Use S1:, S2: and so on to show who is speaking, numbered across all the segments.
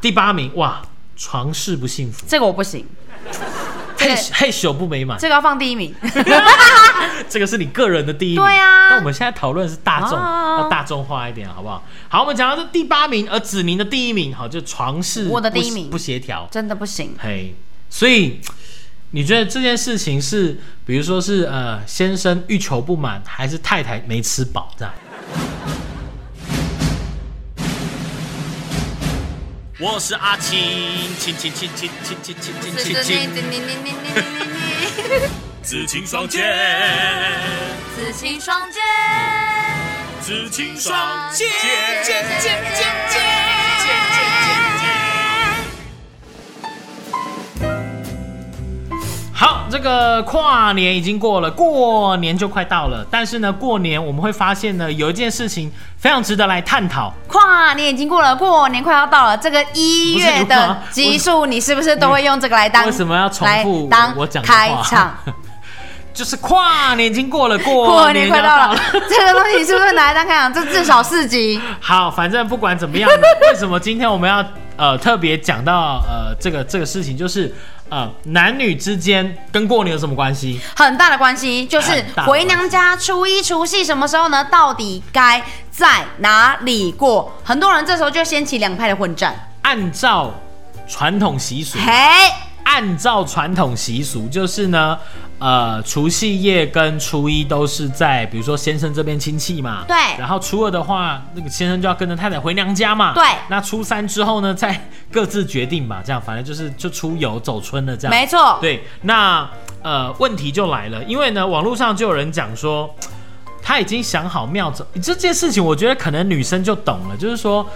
S1: 第八名，哇，床事不幸福，
S2: 这个我不行，
S1: 嘿
S2: 对
S1: 嘿咻不美满，
S2: 这个要放第一名。
S1: 这个是你个人的第一名。
S2: 对啊
S1: 但我们现在讨论是大众，
S2: 啊
S1: 要大众化一点，好不好？好，我们讲到这第八名，而子明的第一名，好，就床事
S2: 我的
S1: 不
S2: 第一名
S1: 不协调，
S2: 真的不行，
S1: 嘿，所以你觉得这件事情是，比如说是呃先生欲求不满，还是太太没吃饱这样？我是阿青，青青青青青青青青青青，紫青双剑，
S2: 紫青双剑，
S1: 紫青
S2: 双
S1: 剑，剑剑剑剑。好，这个跨年已经过了，过年就快到了。但是呢，过年我们会发现呢，有一件事情非常值得来探讨。
S2: 跨年已经过了，过年快要到了，这个一月
S1: 不是你
S2: 的
S1: 吗
S2: 集数，你是不是都会用这个来当？
S1: 为什么要重
S2: 来
S1: 复
S2: 当
S1: 我讲的
S2: 开
S1: 话
S2: 场？
S1: 就是跨年已经过了， 过
S2: 过
S1: 年
S2: 年
S1: 就
S2: 快
S1: 要
S2: 到
S1: 到
S2: 了
S1: 了。，
S2: 这个东西是不是拿来当开场？这至少四集。
S1: 好，反正不管怎么样呢，为什么今天我们要呃特别讲到呃这个这个事情，就是呃男女之间跟过年有什么关系？
S2: 很大的关系，就是
S1: 很大的关系
S2: 回娘家初一除夕什么时候呢？到底该在哪里过？很多人这时候就掀起两派的混战。
S1: 按照传统习俗，
S2: 嘿，
S1: 按照传统习俗，就是呢，呃，除夕夜跟初一都是在，比如说先生这边亲戚嘛，
S2: 对
S1: 然后初二的话，那个先生就要跟着太太回娘家嘛，
S2: 对
S1: 那初三之后呢，再各自决定嘛，这样反正就是就出游走春了这样。
S2: 没错，
S1: 对，那呃，问题就来了，因为呢，网络上就有人讲说，他已经想好妙招这件事情，我觉得可能女生就懂了，就是说，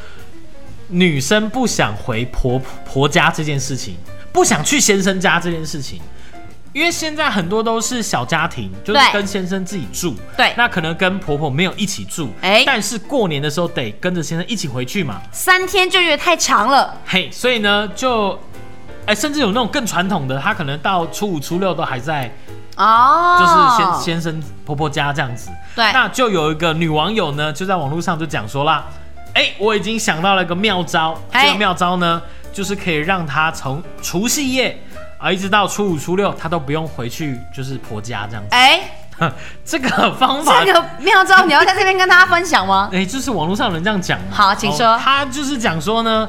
S1: 女生不想回婆婆家这件事情，不想去先生家这件事情。因为现在很多都是小家庭，就是
S2: 对
S1: 跟先生自己住，
S2: 对
S1: 那可能跟婆婆没有一起住，
S2: 哎
S1: 但是过年的时候得跟着先生一起回去嘛，
S2: 三天就有点太长了。
S1: 嘿，所以呢，就，哎、甚至有那种更传统的，他可能到初五、初六都还在，
S2: 哦，
S1: 就是先、先生婆婆家这样子。
S2: 对
S1: 那就有一个女网友呢，就在网络上就讲说啦，哎、我已经想到了一个妙招，
S2: 哎
S1: 这个妙招呢，就是可以让她从除夕夜啊一直到初五、初六，她都不用回去，就是婆家这样子。
S2: 哎，
S1: 这个方法
S2: 这个妙招你要在这边跟大家分享 吗？
S1: 哎、就是网络上有人这样讲嘛。哦
S2: 好请说
S1: 他就是讲说呢，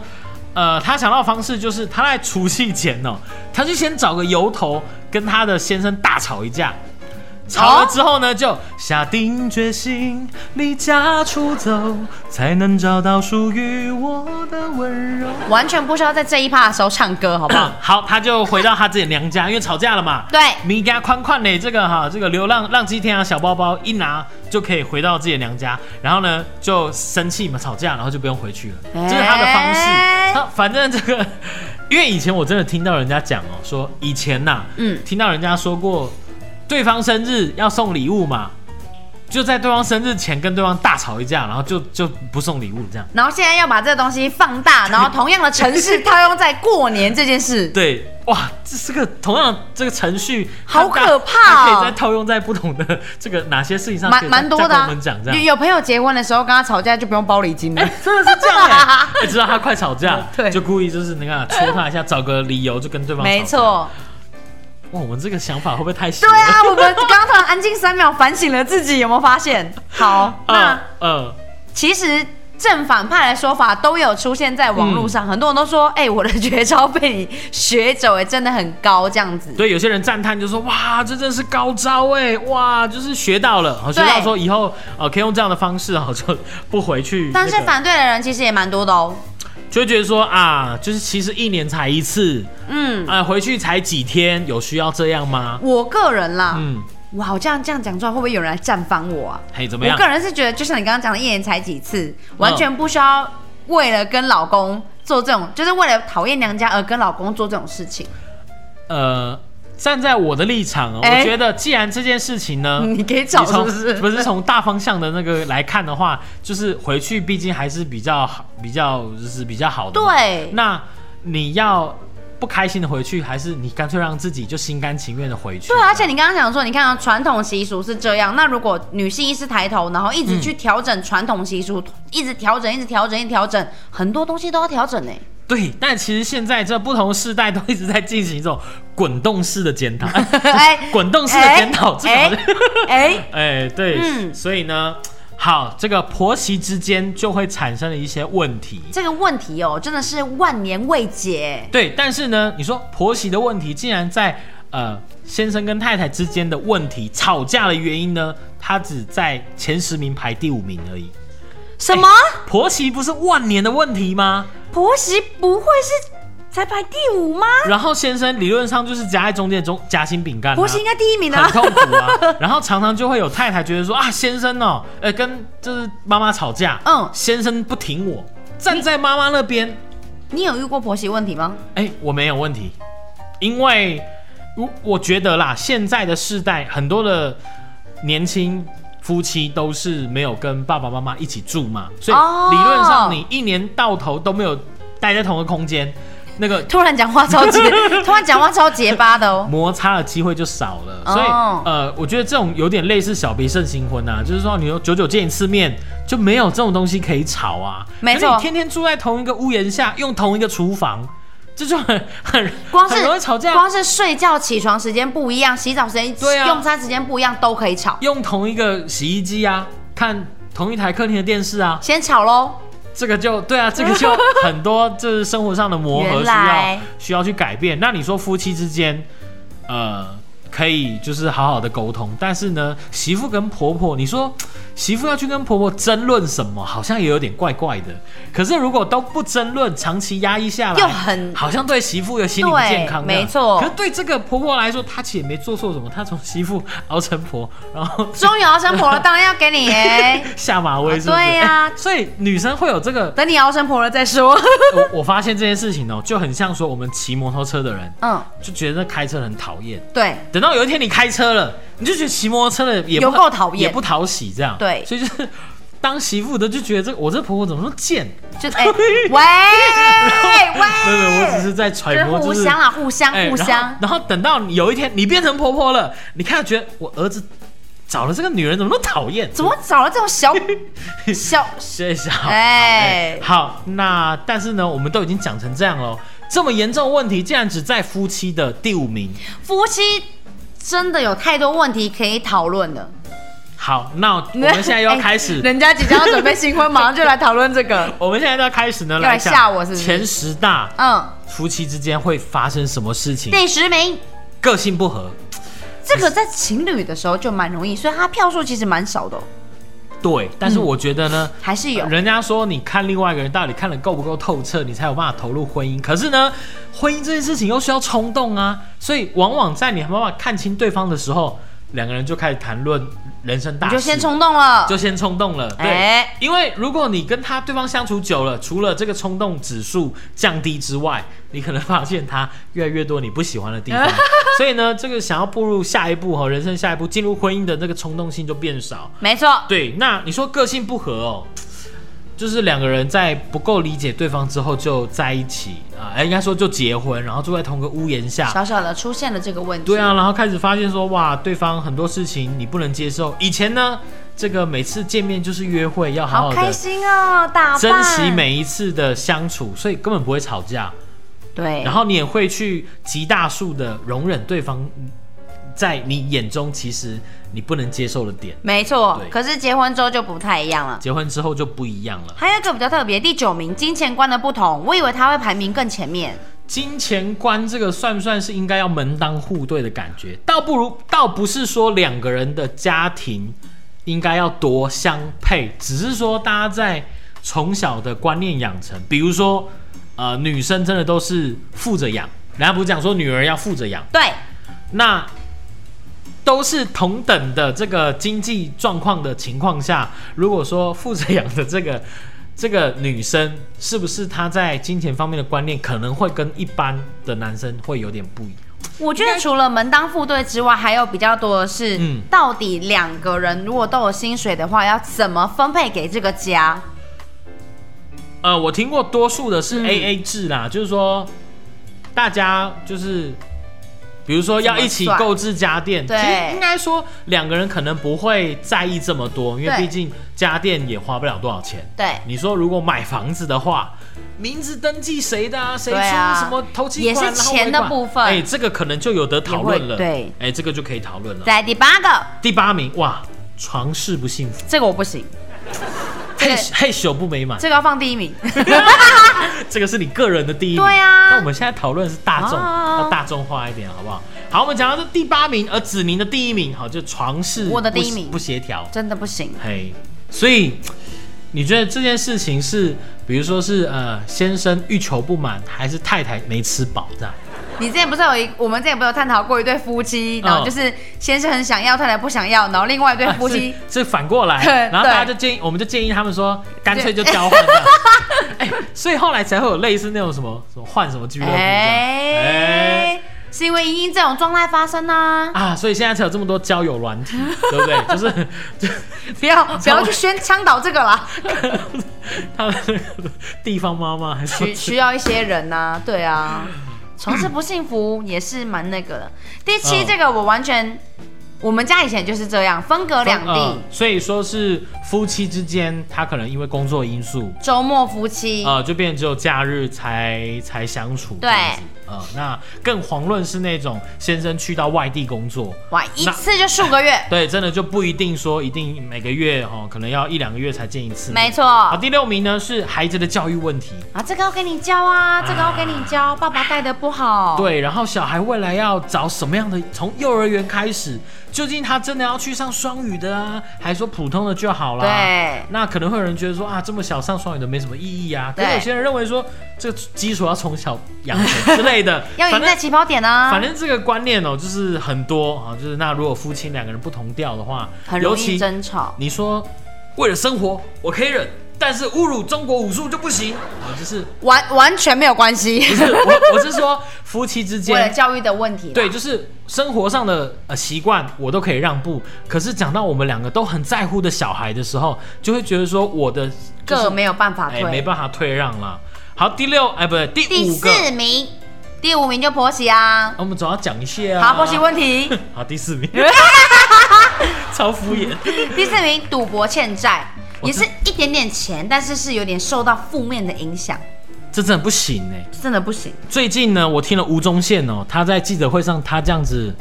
S1: 呃，他想到的方式就是他在除夕前哦，他就先找个由头跟他的先生大吵一架。吵了之后呢，就下定决心离家出走，才能找到属于我的温 柔。啊
S2: 完全不需要在这一趴的时候唱歌，好 不好？
S1: 好，他就回到他自己的娘家，因为吵架了嘛。
S2: 对
S1: 米家宽宽的这个哈，这个流浪浪迹天涯啊小包包一拿就可以回到自己的娘家，然后呢就生气嘛，吵架，然后就不用回去了，
S2: 哎
S1: 这是他的方式。他反正这个，因为以前我真的听到人家讲哦，说以前呐、
S2: 嗯
S1: 听到人家说过，对方生日要送礼物嘛。就在对方生日前跟对方大吵一架，然后就就不送礼物这样。
S2: 然后现在要把这个东西放大，然后同样的程式套用在过年这件事。
S1: 对，哇，这这个同样这个程序，它
S2: 好
S1: 大
S2: 可怕哦
S1: 它可以再套用在不同的这个哪些事情上可
S2: 蛮
S1: 以再，
S2: 蛮多
S1: 再
S2: 的、
S1: 跟我
S2: 啊
S1: 们讲，这
S2: 有
S1: 样。
S2: 有朋友结婚的时候跟他吵架就不用包礼金 了，，
S1: 真的是这样哎、欸，知道他快吵架
S2: 对
S1: 就故意就是那个戳他一下，找个理由就跟对方吵架
S2: 没。错。
S1: 哇，我们这个想法会不会太邪
S2: 对？啊，我们刚刚突然安静三秒，反省了自己，有没有 发现？好，那
S1: 呃呃，
S2: 其实正反派的说法都有出现在网络
S1: 嗯
S2: 上，很多人都说，哎、我的绝招被你学走，哎，真的很高，这样子。
S1: 对，有些人赞叹就说哇，这真是高招哎、哇，就是学到了，好学到
S2: 对
S1: 说以后呃可以用这样的方式哦，就不回去、那
S2: 但
S1: 个
S2: 是反对的人其实也蛮多的哦。
S1: 就会觉得说啊，就是其实一年才一次
S2: 嗯，
S1: 啊、回去才几天，有需要这样吗？
S2: 我个人啦，
S1: 嗯，
S2: 哇，我这样这样讲出来，会不会有人来站翻我啊？
S1: 嘿，怎么
S2: 我
S1: 样？
S2: 个人是觉得，就像你刚刚讲的，一年才几次，完全不需要为了跟老公做这种，就是为了讨厌娘家而跟老公做这种事情。
S1: 呃，站在我的立场哦，
S2: 哎
S1: 我觉得既然这件事情呢，
S2: 你可以
S1: 嗯
S2: 找
S1: 你
S2: 是
S1: 从
S2: 不是？
S1: 不是从大方向的那个来看的话，就是回去毕竟还是比较好，比较就是比较好的嘛。
S2: 对
S1: 那你要不开心的回去，还是你干脆让自己就心甘情愿的回去？
S2: 对，而且你刚刚讲说，你看啊，传统习俗是这样，那如果女性意识抬头，然后一
S1: 嗯
S2: 直去调整传统习俗，一直调整，一直调整，一直调整，很多东西都要调整呢、欸
S1: 对，但其实现在这不同世代都一直在进行这种滚动式的检讨，
S2: 哎
S1: 滚动式的检讨，这个
S2: 欸
S1: 好像
S2: 哎，
S1: 哎，对，
S2: 嗯
S1: 所以呢，好，这个婆媳之间就会产生了一些问题。
S2: 这个问题哦，真的是万年未解。欸
S1: 对，但是呢，你说婆媳的问题竟然在呃先生跟太太之间的问题吵架的原因呢，它只在前十名排第五名而已。
S2: 什么
S1: 婆媳不是万年的问题吗？
S2: 婆媳不会是才排第五吗？
S1: 然后先生理论上就是夹在中间的中夹心饼干、啊，
S2: 婆媳应该第一名的
S1: 很
S2: 啊。
S1: 痛苦啊。然后常常就会有太太觉得说啊，先生哦，呃，跟就是妈妈吵架，
S2: 嗯
S1: 先生不挺我，站在妈妈那边，
S2: 你有遇过婆媳问题吗？
S1: 哎，我没有问题，因为我我觉得啦，现在的世代很多的年轻。夫妻都是没有跟爸爸妈妈一起住嘛，所以
S2: 哦
S1: 理论上你一年到头都没有待在同一个空间，那个
S2: 突然讲话 超结，突然讲话超结巴的哦。
S1: 摩擦的机会就少了，
S2: 哦
S1: 所以呃，我觉得这种有点类似小别胜新婚啊，就是说你有久久见一次面就没有这种东西可以吵啊，
S2: 没错
S1: 可是你天天住在同一个屋檐下，用同一个厨房，这就很很
S2: 光是
S1: 很容易吵架，
S2: 光是睡觉、起床时间不一样，洗澡时间、
S1: 对啊
S2: 用餐时间不一样，都可以吵。
S1: 用同一个洗衣机啊，看同一台客厅的电视啊，
S2: 先吵喽，
S1: 这个就对啊，这个就很多就是生活上的磨合
S2: 原
S1: 需要
S2: 来
S1: 需要去改变。那你说夫妻之间，呃，可以就是好好的沟通，但是呢，媳妇跟婆婆，你说媳妇要去跟婆婆争论什么，好像也有点怪怪的。可是如果都不争论，长期压抑下来，
S2: 又很
S1: 好像对媳妇有心理不健康这
S2: 对
S1: 样。
S2: 没错
S1: 可是对这个婆婆来说，她其实也没做错什么，她从媳妇熬成婆，然后
S2: 终于熬成婆了，当然要给你哎、
S1: 下马威，是不是？哎
S2: 对啊呀
S1: 所以女生会有这个
S2: 等你熬成婆了 再说。
S1: 我我发现这件事情哦，就很像说我们骑摩托车的人
S2: 嗯，
S1: 就觉得开车很讨厌，
S2: 对，
S1: 等到有一天你开车了，你就觉得骑摩托车的也不
S2: 有够讨厌
S1: 也不讨喜这样。
S2: 对
S1: 所以就是当媳妇的就觉得这我这婆婆怎么那么贱？
S2: 就 哎、喂
S1: 没有，没有我只
S2: 喂，
S1: 是在揣摩，
S2: 互
S1: 就是
S2: 相啦，互相、
S1: 哎
S2: 互
S1: 然后
S2: 相。
S1: 然后等到有一天你变成婆婆了，你看觉得我儿子找了这个女人怎么那么讨厌？
S2: 怎么找了这种小 小？
S1: 谢谢。
S2: 哎
S1: 好，那但是呢，我们都已经讲成这样了，这么严重的问题竟然只在夫妻的第五名。
S2: 夫妻真的有太多问题可以讨论了。
S1: 好，那 我们现在又要开始，
S2: 哎人家即将要准备新婚，马上就来讨论 这个。
S1: 我们现在都要开始呢，
S2: 来
S1: 讲
S2: 吓我是不是
S1: 前十大
S2: 嗯，
S1: 夫妻之间会发生什么事情？
S2: 第十名，
S1: 个性不合，
S2: 这个在情侣的时候就蛮容易，所以他票数其实蛮少的哦、
S1: 对，但
S2: 嗯
S1: 是我觉得呢。
S2: 还是有。
S1: 呃人家说你看另外一个人到底看得够不够透彻，你才有办法投入婚姻。可是呢，婚姻这件事情又需要冲动啊，所以往往在你还没办法看清对方的时候，两个人就开始谈论人生大
S2: 你
S1: 事，
S2: 就先冲动了，
S1: 就先冲动了。对，
S2: 哎
S1: 因为如果你跟他对方相处久了，除了这个冲动指数降低之外，你可能发现他越来越多你不喜欢的 地方。所以呢，这个想要步入下一步和哦人生下一步进入婚姻的那个冲动性就变少。
S2: 没错，
S1: 对，那你说个性不合哦，就是两个人在不够理解对方之后就在一起啊，哎应该说就结婚，然后住在同个屋檐下，
S2: 小小的出现了这个问题。
S1: 对啊，然后开始发现说，哇，对方很多事情你不能接受。以前呢，这个每次见面就是约会，要好
S2: 好
S1: 好
S2: 开
S1: 的
S2: 心哦，打扮
S1: 珍惜每一次的相处，所以根本不会吵架。
S2: 对，
S1: 然后你也会去极大数的容忍对方在你眼中其实你不能接受的点。
S2: 没错
S1: 对。
S2: 可是结婚之后就不太一样了。
S1: 结婚之后就不一样了，
S2: 还有一个比较特别，第九名金钱观的不同，我以为他会排名更前面，
S1: 金钱观这个算不算是应该要门当户对的感觉？倒不如倒不是说两个人的家庭应该要多相配，只是说大家在从小的观念养成，比如说，呃，女生真的都是富着养，人家不是讲说女儿要富着养，
S2: 对，
S1: 那都是同等的这个经济状况的情况下，如果说富着养的这个 这个女生，是不是她在金钱方面的观念可能会跟一般的男生会有点不一样？
S2: 我觉得除了门当户对之外，还有比较多的是，
S1: 嗯
S2: 到底两个人如果都有薪水的话，要怎么分配给这个家？
S1: 呃，我听过多数的是
S2: 嗯
S1: A A 制啦，就是说大家就是比如说要一起
S2: 怎么算
S1: 购置家电，其
S2: 对
S1: 实应该说两个人可能不会在意这么多，因为
S2: 对
S1: 毕竟家电也花不了多少钱。
S2: 对，
S1: 你说如果买房子的话，名字登记谁的啊？谁出
S2: 对啊
S1: 什么头期款、
S2: 也是钱的
S1: 然后尾款
S2: 部分
S1: 哎、这个可能就有得讨论了。
S2: 也会对
S1: 哎、这个就可以讨论了。
S2: 在第八个，
S1: 第八名，哇，床事不幸福，
S2: 这个我不行，这
S1: 嘿
S2: 个
S1: 嘿朽不美满，
S2: 这个要放第一名。
S1: 这个是你个人的第一名。
S2: 对啊
S1: 那我们现在讨论是大众，
S2: 啊
S1: 要大众化一点，好不好？好，我们讲到这第八名，而子宁的第一名，好，就床事
S2: 我的
S1: 不
S2: 第一名
S1: 不协调。
S2: 真的不行。
S1: 嘿，所以你觉得这件事情是，比如说是呃先生欲求不满，还是太太没吃饱这样？
S2: 你之前不是有一，我们之前不是有探讨过一对夫妻，然后就是先生很想要，太太不想要，然后另外一对哎夫妻，
S1: 是是啊反过来，
S2: 对
S1: 然后大家就建议，我们就建议他们说，干脆就交换这样。 哎、所以后来才会有类似那种什么什么换什么俱乐部这样。哎
S2: 啊哎，是因为莹莹这种状态发生啊，
S1: 啊，所以现在才有这么多交友软 体，对不对？就是 就
S2: 不要不要去宣倡导这个啦，
S1: 他们那个地方妈妈还
S2: 需
S1: 是
S2: 需要一些人呐、对啊，从事不幸福也是蛮那个的。第七
S1: 嗯
S2: 这个我完全，我们家以前就是这样，分隔两
S1: 呃
S2: 地，
S1: 所以说是夫妻之间，他可能因为工作因素，
S2: 周末夫妻，
S1: 呃，就变成只有假日才才相处。
S2: 对
S1: 这样子，呃，那更遑论是那种先生去到外地工作，
S2: 哇，一次就数个月，
S1: 对，真的就不一定说一定每个月哦，可能要一两个月才见一次。
S2: 没错
S1: 好，第六名呢是孩子的教育问题。
S2: 啊，这个要给你教啊，这个要给你教，爸爸带的不好。
S1: 对，然后小孩未来要找什么样的？从幼儿园开始，究竟他真的要去上双语的啊，还是说普通的就好啦？
S2: 对
S1: 那可能会有人觉得说啊，这么小上双语的没什么意义啊。可是
S2: 对，
S1: 有些人认为说，这个基础要从小养成之类的
S2: 要赢
S1: 反正
S2: 在起跑点啊！
S1: 反正这个观念哦，就是很多啊，就是那如果夫妻两个人不同调的话，
S2: 很
S1: 尤
S2: 容易
S1: 其
S2: 争吵。
S1: 你说为了生活我可以忍，但是侮辱中国武术就不行啊，就是
S2: 完完全没有关系
S1: 不，是我我是说夫妻之
S2: 为了
S1: 间。
S2: 教育的问题啦。
S1: 对，就是生活上的呃习惯，我都可以让步。可是讲到我们两个都很在乎的小孩的时候，就会觉得说我的就是
S2: 各没有办法
S1: 哎、
S2: 退。
S1: 没办法退让了。好，第六哎、不对，第
S2: 第
S1: 五个，
S2: 四名，第五名就婆媳啊。
S1: 我们总要讲一下啊。
S2: 好，婆媳问题。
S1: 好，第四 名，超敷衍。
S2: 第四名，赌博欠债，
S1: 我
S2: 也
S1: 知
S2: 是一点点钱，但是是有点受到负面的影响，
S1: 这真的不行哎、
S2: 真的不行。
S1: 最近呢，我听了吴宗宪哦，他在记者会上他这样子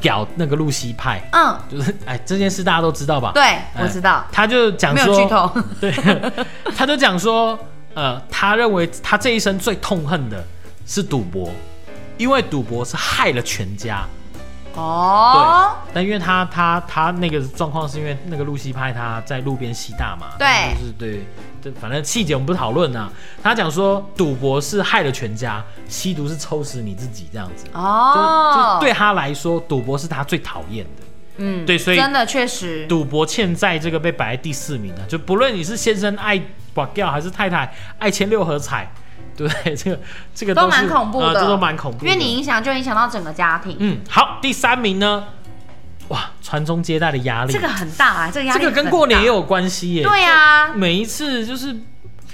S1: 屌那个露西派，
S2: 嗯，
S1: 就是哎这件事大家都知道吧？
S2: 对
S1: 哎，
S2: 我知道，
S1: 他就讲
S2: 没
S1: 说，
S2: 有剧透。
S1: 对，他就讲说，呃，他认为他这一生最痛恨的是赌博，因为赌博是害了全家。
S2: 哦，
S1: 对，但因为他他他那个状况是因为那个露西派他在路边吸大麻，
S2: 对
S1: 但就是对对，反正细节我们不讨论啊。他讲说赌博是害了全家，吸毒是抽死你自己这样子。就
S2: 哦
S1: 就，对，他来说，赌博是他最讨厌的。
S2: 嗯，
S1: 对所以
S2: 真的确实，
S1: 赌博欠债这个被摆在第四名啊的，就不论你是先生爱刮掉还是太太爱签六合彩，对不对？这个这个
S2: 都
S1: 是
S2: 蛮恐怖
S1: 呃
S2: 的，
S1: 这都蛮恐怖的。
S2: 因为你影响就影响到整个家庭。
S1: 嗯，好，第三名呢，哇，传宗接代的压力，
S2: 这个很大啊，这个压力
S1: 这个跟
S2: 很
S1: 过年
S2: 大
S1: 也有关系耶。
S2: 对啊，
S1: 每一次就是，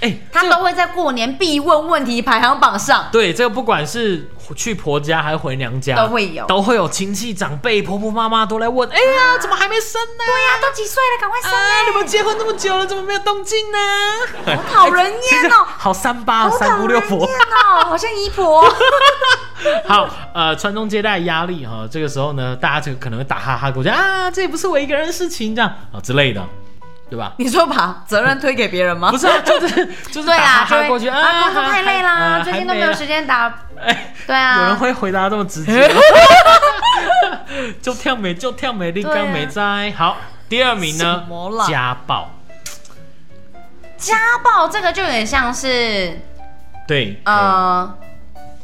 S1: 哎、
S2: 他
S1: 这个
S2: 都会在过年必问问题排行榜上。
S1: 对这个不管是去婆家还是回娘家，
S2: 都会有啊
S1: 都会有亲戚长辈、婆婆妈妈都来问，哎呀，怎么还没生呢？
S2: 对呀、都几岁了，赶快生啊
S1: 哎，你们结婚这么久了，怎么没有动静呢？
S2: 好讨人厌哦
S1: 哎其实好三八，
S2: 好
S1: 三
S2: 讨
S1: 姑六
S2: 人厌
S1: 婆。
S2: 哦，好像姨婆。
S1: 好，呃，传宗接代压力哈、这个时候呢，大家这个可能会打哈哈，我觉得啊，这也不是我一个人的事情，这样啊、之类的，对吧？
S2: 你说把责任推给别人吗
S1: 不？是啊，就是就是
S2: 对
S1: 打哈
S2: 啦，就
S1: 哈
S2: 会
S1: 过去
S2: 啊，工作太累啦，最近都没有时
S1: 间。
S2: 间打。
S1: 哎，
S2: 对
S1: 啊 有人
S2: 啊，
S1: 会回答这么直接吗， 就跳美就跳美，力刚没在。好，第二名呢
S2: 什么啦，
S1: 家暴，
S2: 家暴这个就有点像是
S1: 对，呃，
S2: 呃，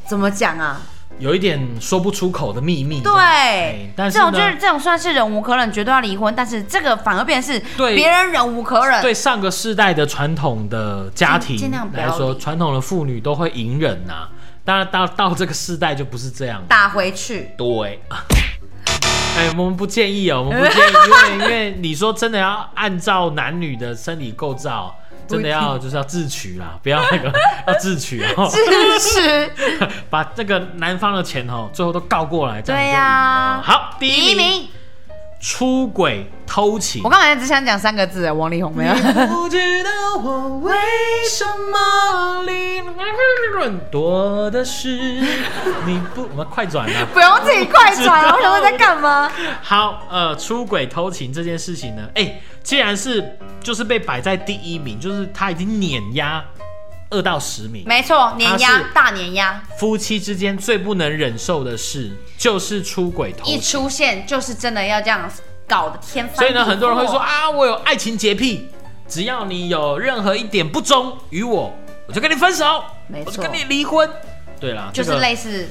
S2: 怎么讲啊？
S1: 有一点说不出口的秘密。这样
S2: 对
S1: 哎，但是
S2: 这种
S1: 呢
S2: 就是这种算是忍无可忍，绝对要离婚。但是这个反而变成是
S1: 对
S2: 别人忍无可忍，
S1: 对上个世代的传统的家庭
S2: 尽尽量不
S1: 来
S2: 要
S1: 说，
S2: 理
S1: 传统的妇女都会隐忍呐、当然到到这个世代就不是这样。
S2: 打回 去。
S1: 对。哎，我们不建议哦，我们不建议，因为因为你说真的要按照男女的生理构造，真的要就是要自取啦，不要那个要自取 哦，
S2: 支持
S1: 把这个男方的钱哦，最后都告过来，这样
S2: 对
S1: 就
S2: 呀
S1: 赢了好，第
S2: 第
S1: 一
S2: 一
S1: 名
S2: 名。
S1: 出轨偷情
S2: 我。刚才只想讲三个字，王力宏没有。
S1: 不知道我为什么零 多的是你不，我们快转 了。
S2: 不用自己快转啊 了，我想问在干嘛？
S1: 好，呃，出轨偷情这件事情呢，哎、既然是就是被摆在第一名，就是他已经碾压二到十名。
S2: 没错，碾
S1: 他
S2: 压
S1: 是
S2: 大碾压，
S1: 夫妻之间最不能忍受的事就是出轨偷
S2: 一
S1: 情，
S2: 出现就是真的要这样搞得天翻地
S1: 所
S2: 覆。
S1: 以呢，很多人会说啊，我有爱情洁癖，只要你有任何一点不忠于我，我就跟你分手，
S2: 没
S1: 我就
S2: 错
S1: 跟你离婚。对啦，
S2: 就
S1: 这
S2: 是
S1: 个
S2: 类似，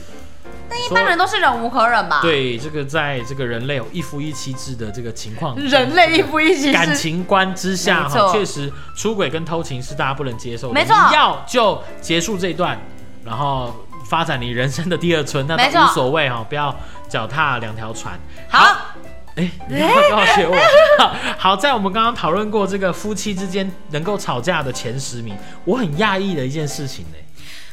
S2: 但一
S1: 说
S2: 般人都是忍无可忍吧？，
S1: 对这个在这个人类有一夫一妻制的这个情况，
S2: 人类一夫一妻
S1: 感
S2: 制，
S1: 情观之下，
S2: 没错
S1: 哈，确实出轨跟偷情是大家不能接受的。
S2: 没错
S1: 你要就结束这一段，然后发展你人生的第二春，那
S2: 没错
S1: 倒无所谓哈，不要脚踏两条船。
S2: 好，
S1: 哎，你要不要学我？好 好，在我们刚刚讨论过这个夫妻之间能够吵架的前十名，我很讶异的一件事情呢、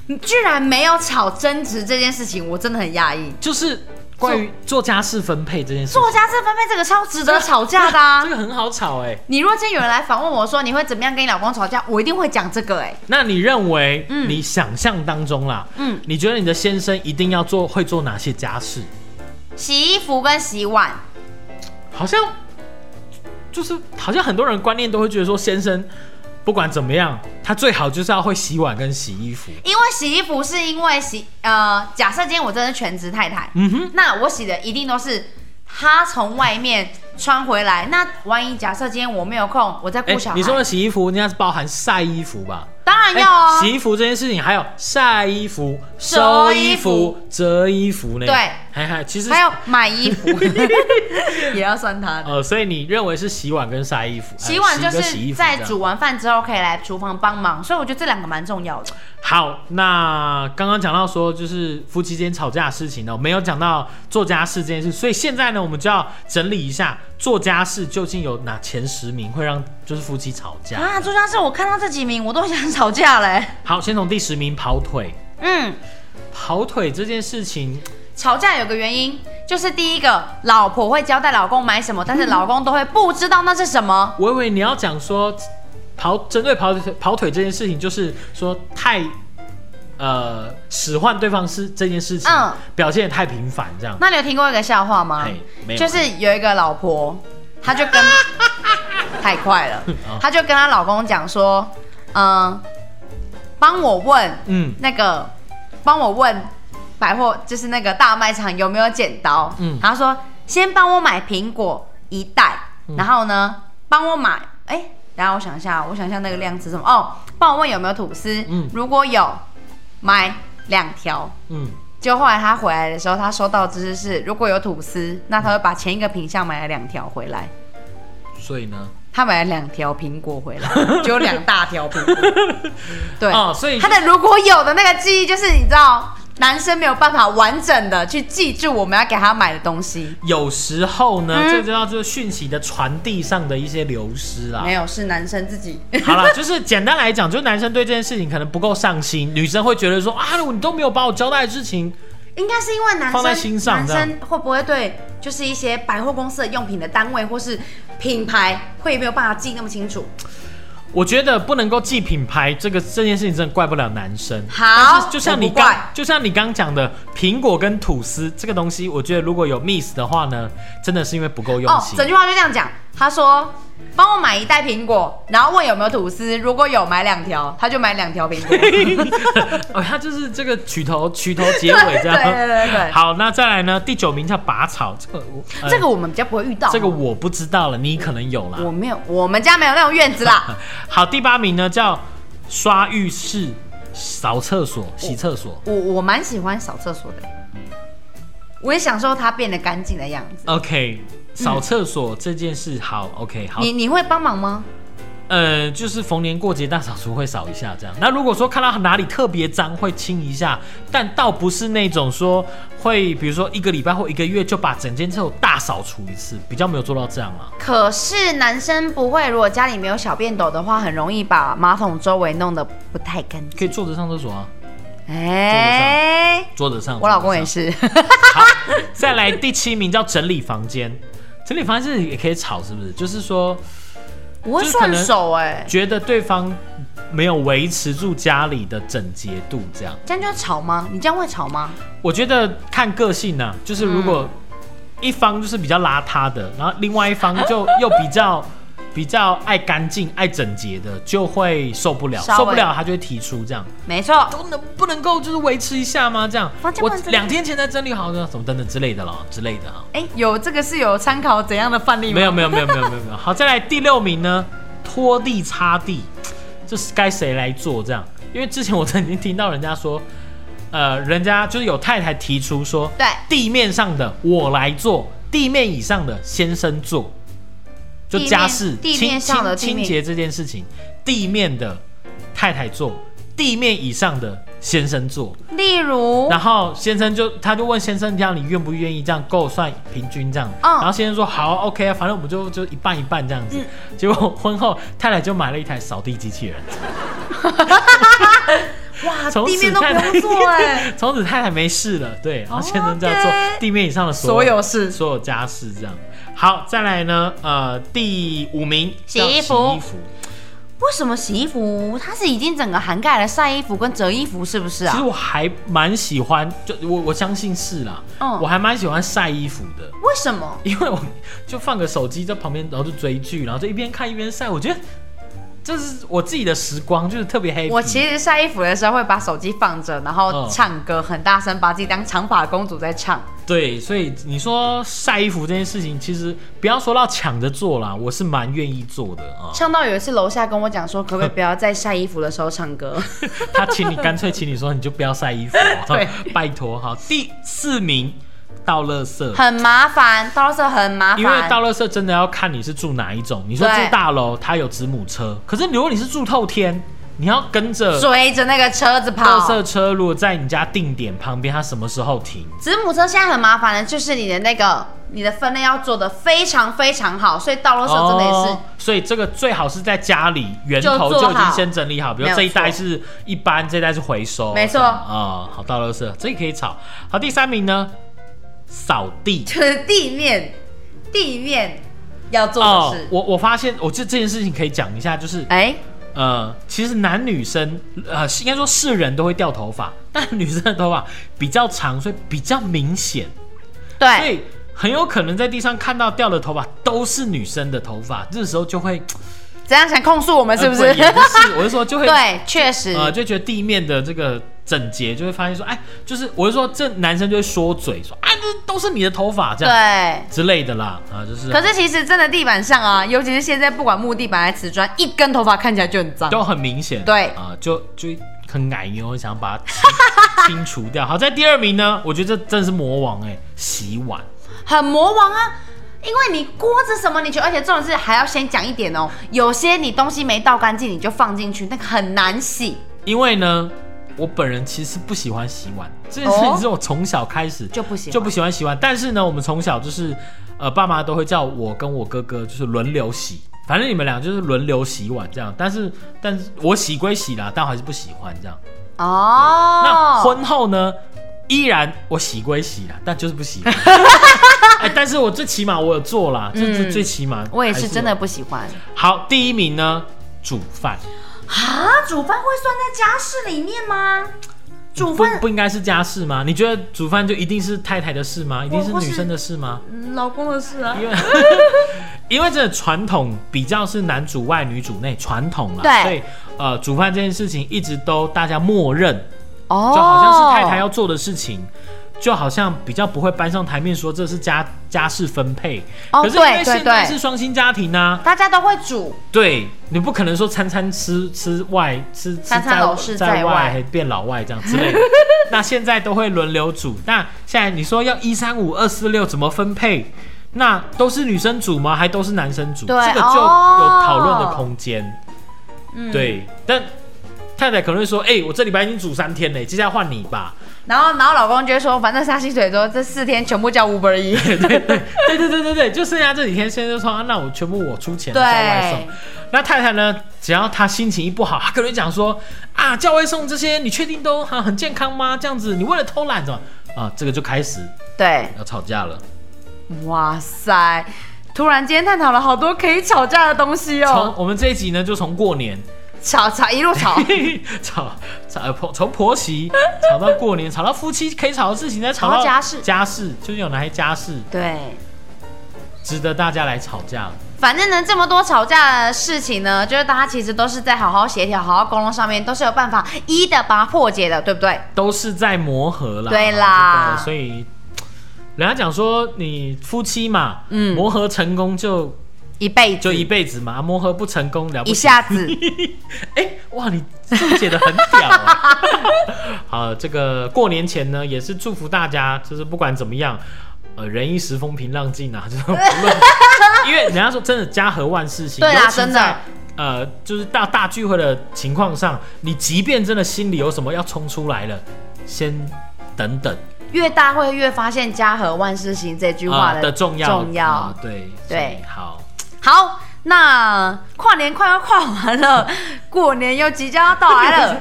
S2: 你居然没有吵争执这件事情，我真的很压抑。
S1: 就是关于做家事分配这件事情
S2: 作，家这方面这个超值得吵架的啊
S1: 这！个很好吵哎、
S2: 你若今天有人来访问我说你会怎么样跟你老公吵架，我一定会讲这个哎、
S1: 那你认为，
S2: 嗯
S1: 你想象当中啦，
S2: 嗯
S1: 你觉得你的先生一定要做会做哪些家事？
S2: 洗衣服跟洗碗，
S1: 好像就是好像很多人观念都会觉得说，先生不管怎么样，他最好就是要会洗碗跟洗衣服。
S2: 因为洗衣服是因为洗呃，假设今天我真的是全职太太，
S1: 嗯哼，
S2: 那我洗的一定都是他从外面穿回来。那万一假设今天我没有空，我在
S1: 哎、
S2: 顾小孩，
S1: 你说的洗衣服，应该是包含晒衣服吧？
S2: 当然要啊、
S1: 哎洗衣服这件事情，还有晒衣服、
S2: 收
S1: 收
S2: 衣
S1: 衣
S2: 服
S1: 服、折衣服呢？
S2: 对
S1: 还还其实
S2: 还有买 衣服 也要算他的。
S1: 呃，所以你认为是洗碗跟晒衣服？
S2: 洗碗就
S1: 呃洗跟洗衣
S2: 是
S1: 服
S2: 在
S1: 这样
S2: 煮完饭之后可以来厨房帮忙，所以我觉得这两个蛮重要的。
S1: 好，那刚刚讲到说就是夫妻间吵架的事情哦呢，没有讲到做家事这件事，所以现在呢，我们就要整理一下做家事究竟有哪前十名会让就是夫妻吵架。
S2: 啊，朱家是我看到这几名我都想吵架嘞、
S1: 好，先从第十名跑腿，
S2: 嗯，
S1: 跑腿这件事情，
S2: 吵架有个原因，就是第一个，老婆会交代老公买什么，但是老公都会不知道那是什么。
S1: 我以为你要讲说跑针对跑腿跑腿这件事情，就是说太呃使唤对方是这件事情、
S2: 嗯
S1: 表现得太频繁这样。
S2: 那你有听过一个笑话吗
S1: 嘿？没有
S2: 就是有一个老婆，她就跟 太快了
S1: 哦，
S2: 她就跟她老公讲说，嗯，帮我问
S1: 嗯
S2: 那个，帮我问百货，就是那个大卖场有没有剪刀？嗯
S1: 嗯，
S2: 然后说先帮我买苹果一袋，
S1: 嗯
S2: 然后呢，帮我买，哎、然后我想一下，我想一下那个量是什么？哦，帮我问有没有吐司？嗯
S1: 嗯，
S2: 如果有，买两条。
S1: 嗯，
S2: 就后来他回来的时候，他收到的知识是，如果有吐司，那他会把前一个品相买了两条回来。
S1: 所以 呢，
S2: 他买了两条苹果 回来，只有两大条苹果。对，
S1: 哦，所以
S2: 他的如果有的那个记忆，就是你知道，男生没有办法完整的去记住我们要给他买的东西。
S1: 有时候呢，
S2: 嗯
S1: 这就叫做讯息的传递上的一些流失啦
S2: 没。有，是男生自己。
S1: 好了，就是简单来讲，就是男生对这件事情可能不够上心，女生会觉得说啊，你都没有把我交代的事情，
S2: 应该是因为男生
S1: 放在心上
S2: 男
S1: 这样
S2: 生会不会对就是一些百货公司的用品的单位或是品牌会没有办法记那么清楚？
S1: 我觉得不能够记品牌，这个这件事情真的怪不了男生。
S2: 好
S1: 但是就像
S2: 我
S1: 你
S2: 不怪
S1: 刚就像你刚讲的，苹果跟吐司这个东西，我觉得如果有 miss 的话呢，真的是因为不够用
S2: 哦，
S1: 心。
S2: 整句话就这样讲。他说：“帮我买一袋苹果，然后问有没有吐司，如果有买两条，他就买两条苹 果。
S1: 哦，他就是这个曲头曲头结尾这样。
S2: 对对对对
S1: 好，那再来呢？第九名叫拔草，这个我、呃
S2: 这个我们比较不会遇到，
S1: 这个我不知道了，你可能有啦。
S2: 我没有，我们家没有那种院子啦。
S1: 好，第八名呢叫刷浴室、扫厕所、洗厕所。
S2: 我我蛮喜欢扫厕所的，我也享受它变得干净的样子。
S1: OK，扫厕所这件事好，OK，好，
S2: 你你会帮忙吗？
S1: 呃，就是逢年过节大扫除会扫一下这样。那如果说看到哪里特别脏，会清一下，但倒不是那种说会，比如说一个礼拜或一个月就把整间厕所大扫除一次，比较没有做到这样啊。
S2: 可是男生不会，如果家里没有小便斗的话，很容易把马桶周围弄得不太干
S1: 可以
S2: 净。
S1: 坐着上厕所啊，
S2: 哎、
S1: 坐着上。
S2: 我老公
S1: 坐着上
S2: 也是，啊
S1: 好，再来第七名叫整理房间。整理房间也可以吵，是不是？就是说，
S2: 我会
S1: 就是可
S2: 顺
S1: 能
S2: 手哎、
S1: 觉得对方没有维持住家里的整洁度，这样。
S2: 这样就会吵吗？你这样会吵吗？
S1: 我觉得看个性呢、就是如果
S2: 嗯
S1: 一方就是比较邋遢的，然后另外一方就又比较比较爱干净、爱整洁的，就会受不了，
S2: 稍微
S1: 受不了他就会提出这样，
S2: 没错，
S1: 都能不能够就是维持一下吗？这样
S2: 房间，不
S1: 我
S2: 能整理
S1: 两天前才整理好的，什么等等之类的啦，之类的啊。
S2: 哎、有这个是有参考怎样的范例吗？
S1: 没有没有没有没有没有没有。好，再来第六名呢，拖地擦地，这是该谁来做这样？因为之前我曾经听到人家说，呃，人家就是有太太提出说，
S2: 对
S1: 地面上的我来做，地面以上的先生做，就
S2: 地面
S1: 家事
S2: 地
S1: 清
S2: 面上的
S1: 清
S2: 地
S1: 清
S2: 面
S1: 洁这件事情，地面的太太做，地面以上的先生做。
S2: 例如
S1: 然后先生就他就问先生这样你愿不愿意这样够算平均这样，
S2: 嗯
S1: 然后先生说好 OK 啊，反正我们就就一半一半这样子。结果婚后太太就买了一台扫地机器人，
S2: 哇，
S1: 从
S2: 啊地
S1: 此
S2: 面都不
S1: 太太
S2: 用做哎、
S1: 从此太太没事了，对，然后先生就要
S2: OK
S1: 做地面以上的
S2: 所有
S1: 有
S2: 事
S1: 所有家事这样。好，再来呢，呃，第五名
S2: 洗
S1: 叫
S2: 衣服
S1: 洗衣服
S2: 为什么洗衣服它是已经整个涵盖了晒衣服跟折衣服，是不是
S1: 其实
S2: 啊？
S1: 我还蛮喜欢，就我我相信是啦，
S2: 嗯
S1: 我还蛮喜欢晒衣服的。
S2: 为什么？
S1: 因为我就放个手机在旁边，然后就追剧，然后就一边看一边晒。我觉得这是我自己的时光，就是特别 happy。
S2: 我其实晒衣服的时候会把手机放着，然后
S1: 哎嗯
S2: 唱歌，很大声，把自己当长发公主在唱。
S1: 对，所以你说晒衣服这件事情，其实不要说到抢着做啦，我是蛮愿意做的啊。
S2: 唱到有一次楼下跟我讲说，可不可以不要在晒衣服的时候唱歌？
S1: 他请你干脆请你说，你就不要晒衣服、哦，
S2: 对，
S1: 拜托哈。第四名倒垃圾。
S2: 很麻烦，倒垃圾很麻
S1: 嗯因为
S2: 烦。
S1: 倒垃圾真的要看你是住哪一种。你说住
S2: 对
S1: 大楼，它有子母车，可是如果你是住透天，你要跟着
S2: 追着那个车子跑
S1: 垃，圾车如果在你家定点旁边，它什么时候停？
S2: 子母车现在很麻烦的，就是你的那个你的分类要做的非常非常好，所以倒垃圾真的也是、
S1: 哦所以这个最好是在家里源头
S2: 就做
S1: 就已
S2: 好
S1: 经先整理好，比
S2: 没
S1: 如
S2: 有错
S1: 这一袋是一般，这一袋是回收，
S2: 没错
S1: 这样啊、好，倒垃圾这个可以炒。好，第三名呢，扫地。
S2: 就是地面地面要做的事。
S1: 哦我我发现，我这这件事情可以讲一下，就是
S2: 哎、
S1: 呃，其实男女生呃，应该说是人都会掉头发，但女生的头发比较长，所以比较明显。所
S2: 对，
S1: 以很有可能在地上看到掉的头发都是女生的头发，这时候就会
S2: 怎样想控诉我们啊是不是？
S1: 呃也不是，我是说就会
S2: 对，确实、
S1: 呃就觉得地面的这个整洁，就会发现说，哎，就是我是说这男生就会说嘴说，啊，这都是你的头发这样
S2: 对。
S1: 之类的啦，啊，就是
S2: 可是其实真的地板上啊，尤其是现在不管木地板还是瓷砖，一根头发看起来就很脏。
S1: 都很明显，
S2: 对
S1: 啊、就就很矮油，想把它清 清除掉。好，在第二名呢，我觉得这真的是魔王哎、洗碗。
S2: 很魔王啊。因为你锅子什么你就，而且重点是还要先讲一点哦，有些你东西没倒干净你就放进去，那个很难洗，
S1: 因为呢，我本人其实不喜欢洗碗，这件事情是我从小开始
S2: 哦就不喜欢
S1: 就不喜欢洗碗。但是呢，我们从小就是，呃，爸妈都会叫我跟我哥哥就是轮流洗，反正你们俩就是轮流洗碗这样。但是，但是我洗归洗啦，但我还是不喜欢这样。那
S2: 哦。
S1: 婚后呢，依然我洗归洗啦，但就是不喜 欢。哎，但是我最起码我有做啦，这这
S2: 嗯
S1: 最起码
S2: 我也
S1: 还
S2: 是真的不喜欢
S1: 有好。第一名呢，煮饭。
S2: 啊，煮饭会算在家事里面吗？煮
S1: 不
S2: 饭
S1: 不应该是家事吗？你觉得煮饭就一定是太太的事吗？一定是
S2: 或是
S1: 女生的事吗？
S2: 老公的事啊，
S1: 因为因为这传统比较是男主外女主内传统啦，
S2: 对
S1: 所以呃煮饭这件事情一直都大家默认，
S2: 哦
S1: 就好像是太太要做的事情。就好像比较不会搬上台面说这是家家事分配，
S2: 哦
S1: 可是因为
S2: 对对
S1: 现在
S2: 对
S1: 是双薪家庭啊呢、
S2: 大家都会煮，
S1: 对你不可能说餐餐吃吃外吃吃
S2: 餐餐
S1: 在
S2: 老是在
S1: 在
S2: 外
S1: 还变老外这样之类 的。那现在都会轮流煮，那现在你说要一三五二四六怎么分配？那都是女生组吗？还都是男生组？
S2: 对
S1: 这个就有讨论的空间。
S2: 嗯，。
S1: 对，但太太可能会说：“哎、我这礼拜已经煮三天嘞，接下来换你吧。
S2: 然后，然后老公就会说，反正杀鸡腿说这四天全部叫 Uber E，”
S1: 对对对对对，就剩下这几天，现在就说：“啊，那我全部我出钱叫外送
S2: 对。”
S1: 那太太呢，只要她心情一不好，她可能会讲说：“啊，叫外送这些，你确定都很、啊很健康吗？这样子，你为了偷懒怎么？”啊，这个就开始
S2: 对，
S1: 要吵架了。
S2: 哇塞！突然间探讨了好多可以吵架的东西
S1: 从、
S2: 哦，
S1: 我们这一集呢，就从过年
S2: 吵吵一路 吵，
S1: 吵吵呃婆从婆媳吵到过年，吵到夫妻可以吵的事情，再吵
S2: 吵到
S1: 到
S2: 家事
S1: 家事就是有哪些家事
S2: 对，
S1: 值得大家来吵架了。
S2: 反正呢，这么多吵架的事情呢，就是大家其实都是在好好协调、好好沟通上面，都是有办法一的把它破解的，对不对？
S1: 都是在磨合啦，哦
S2: 对啦
S1: 这个所以人家讲说你夫妻嘛，
S2: 嗯
S1: 磨合成功就
S2: 一辈子
S1: 就一辈子嘛，磨合不成功了不
S2: 一
S1: 起。
S2: 下子，
S1: 哎、哇，你注解的很屌、啊。 好，这个过年前呢，也是祝福大家，就是不管怎么样，呃，人一时风平浪静啊，就是不 论，因为人家说真的，家和万事兴，
S2: 对啦
S1: 尤其在
S2: 真的。
S1: 呃，就是大大聚会的情况上，你即便真的心里有什么要冲出来了，先等等
S2: 越大会越发现“家和万事兴”这句
S1: 啊、
S2: 话
S1: 的重要
S2: 重要。
S1: 啊对
S2: 对
S1: 所以好，
S2: 好，那跨年快要跨完了，过年又即将要到 来了。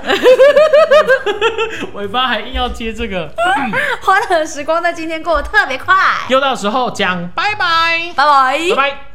S1: 尾巴还硬要接这个，
S2: 欢乐时光在今天过得特别快，
S1: 又到时候讲拜拜，
S2: 拜拜。
S1: 拜拜。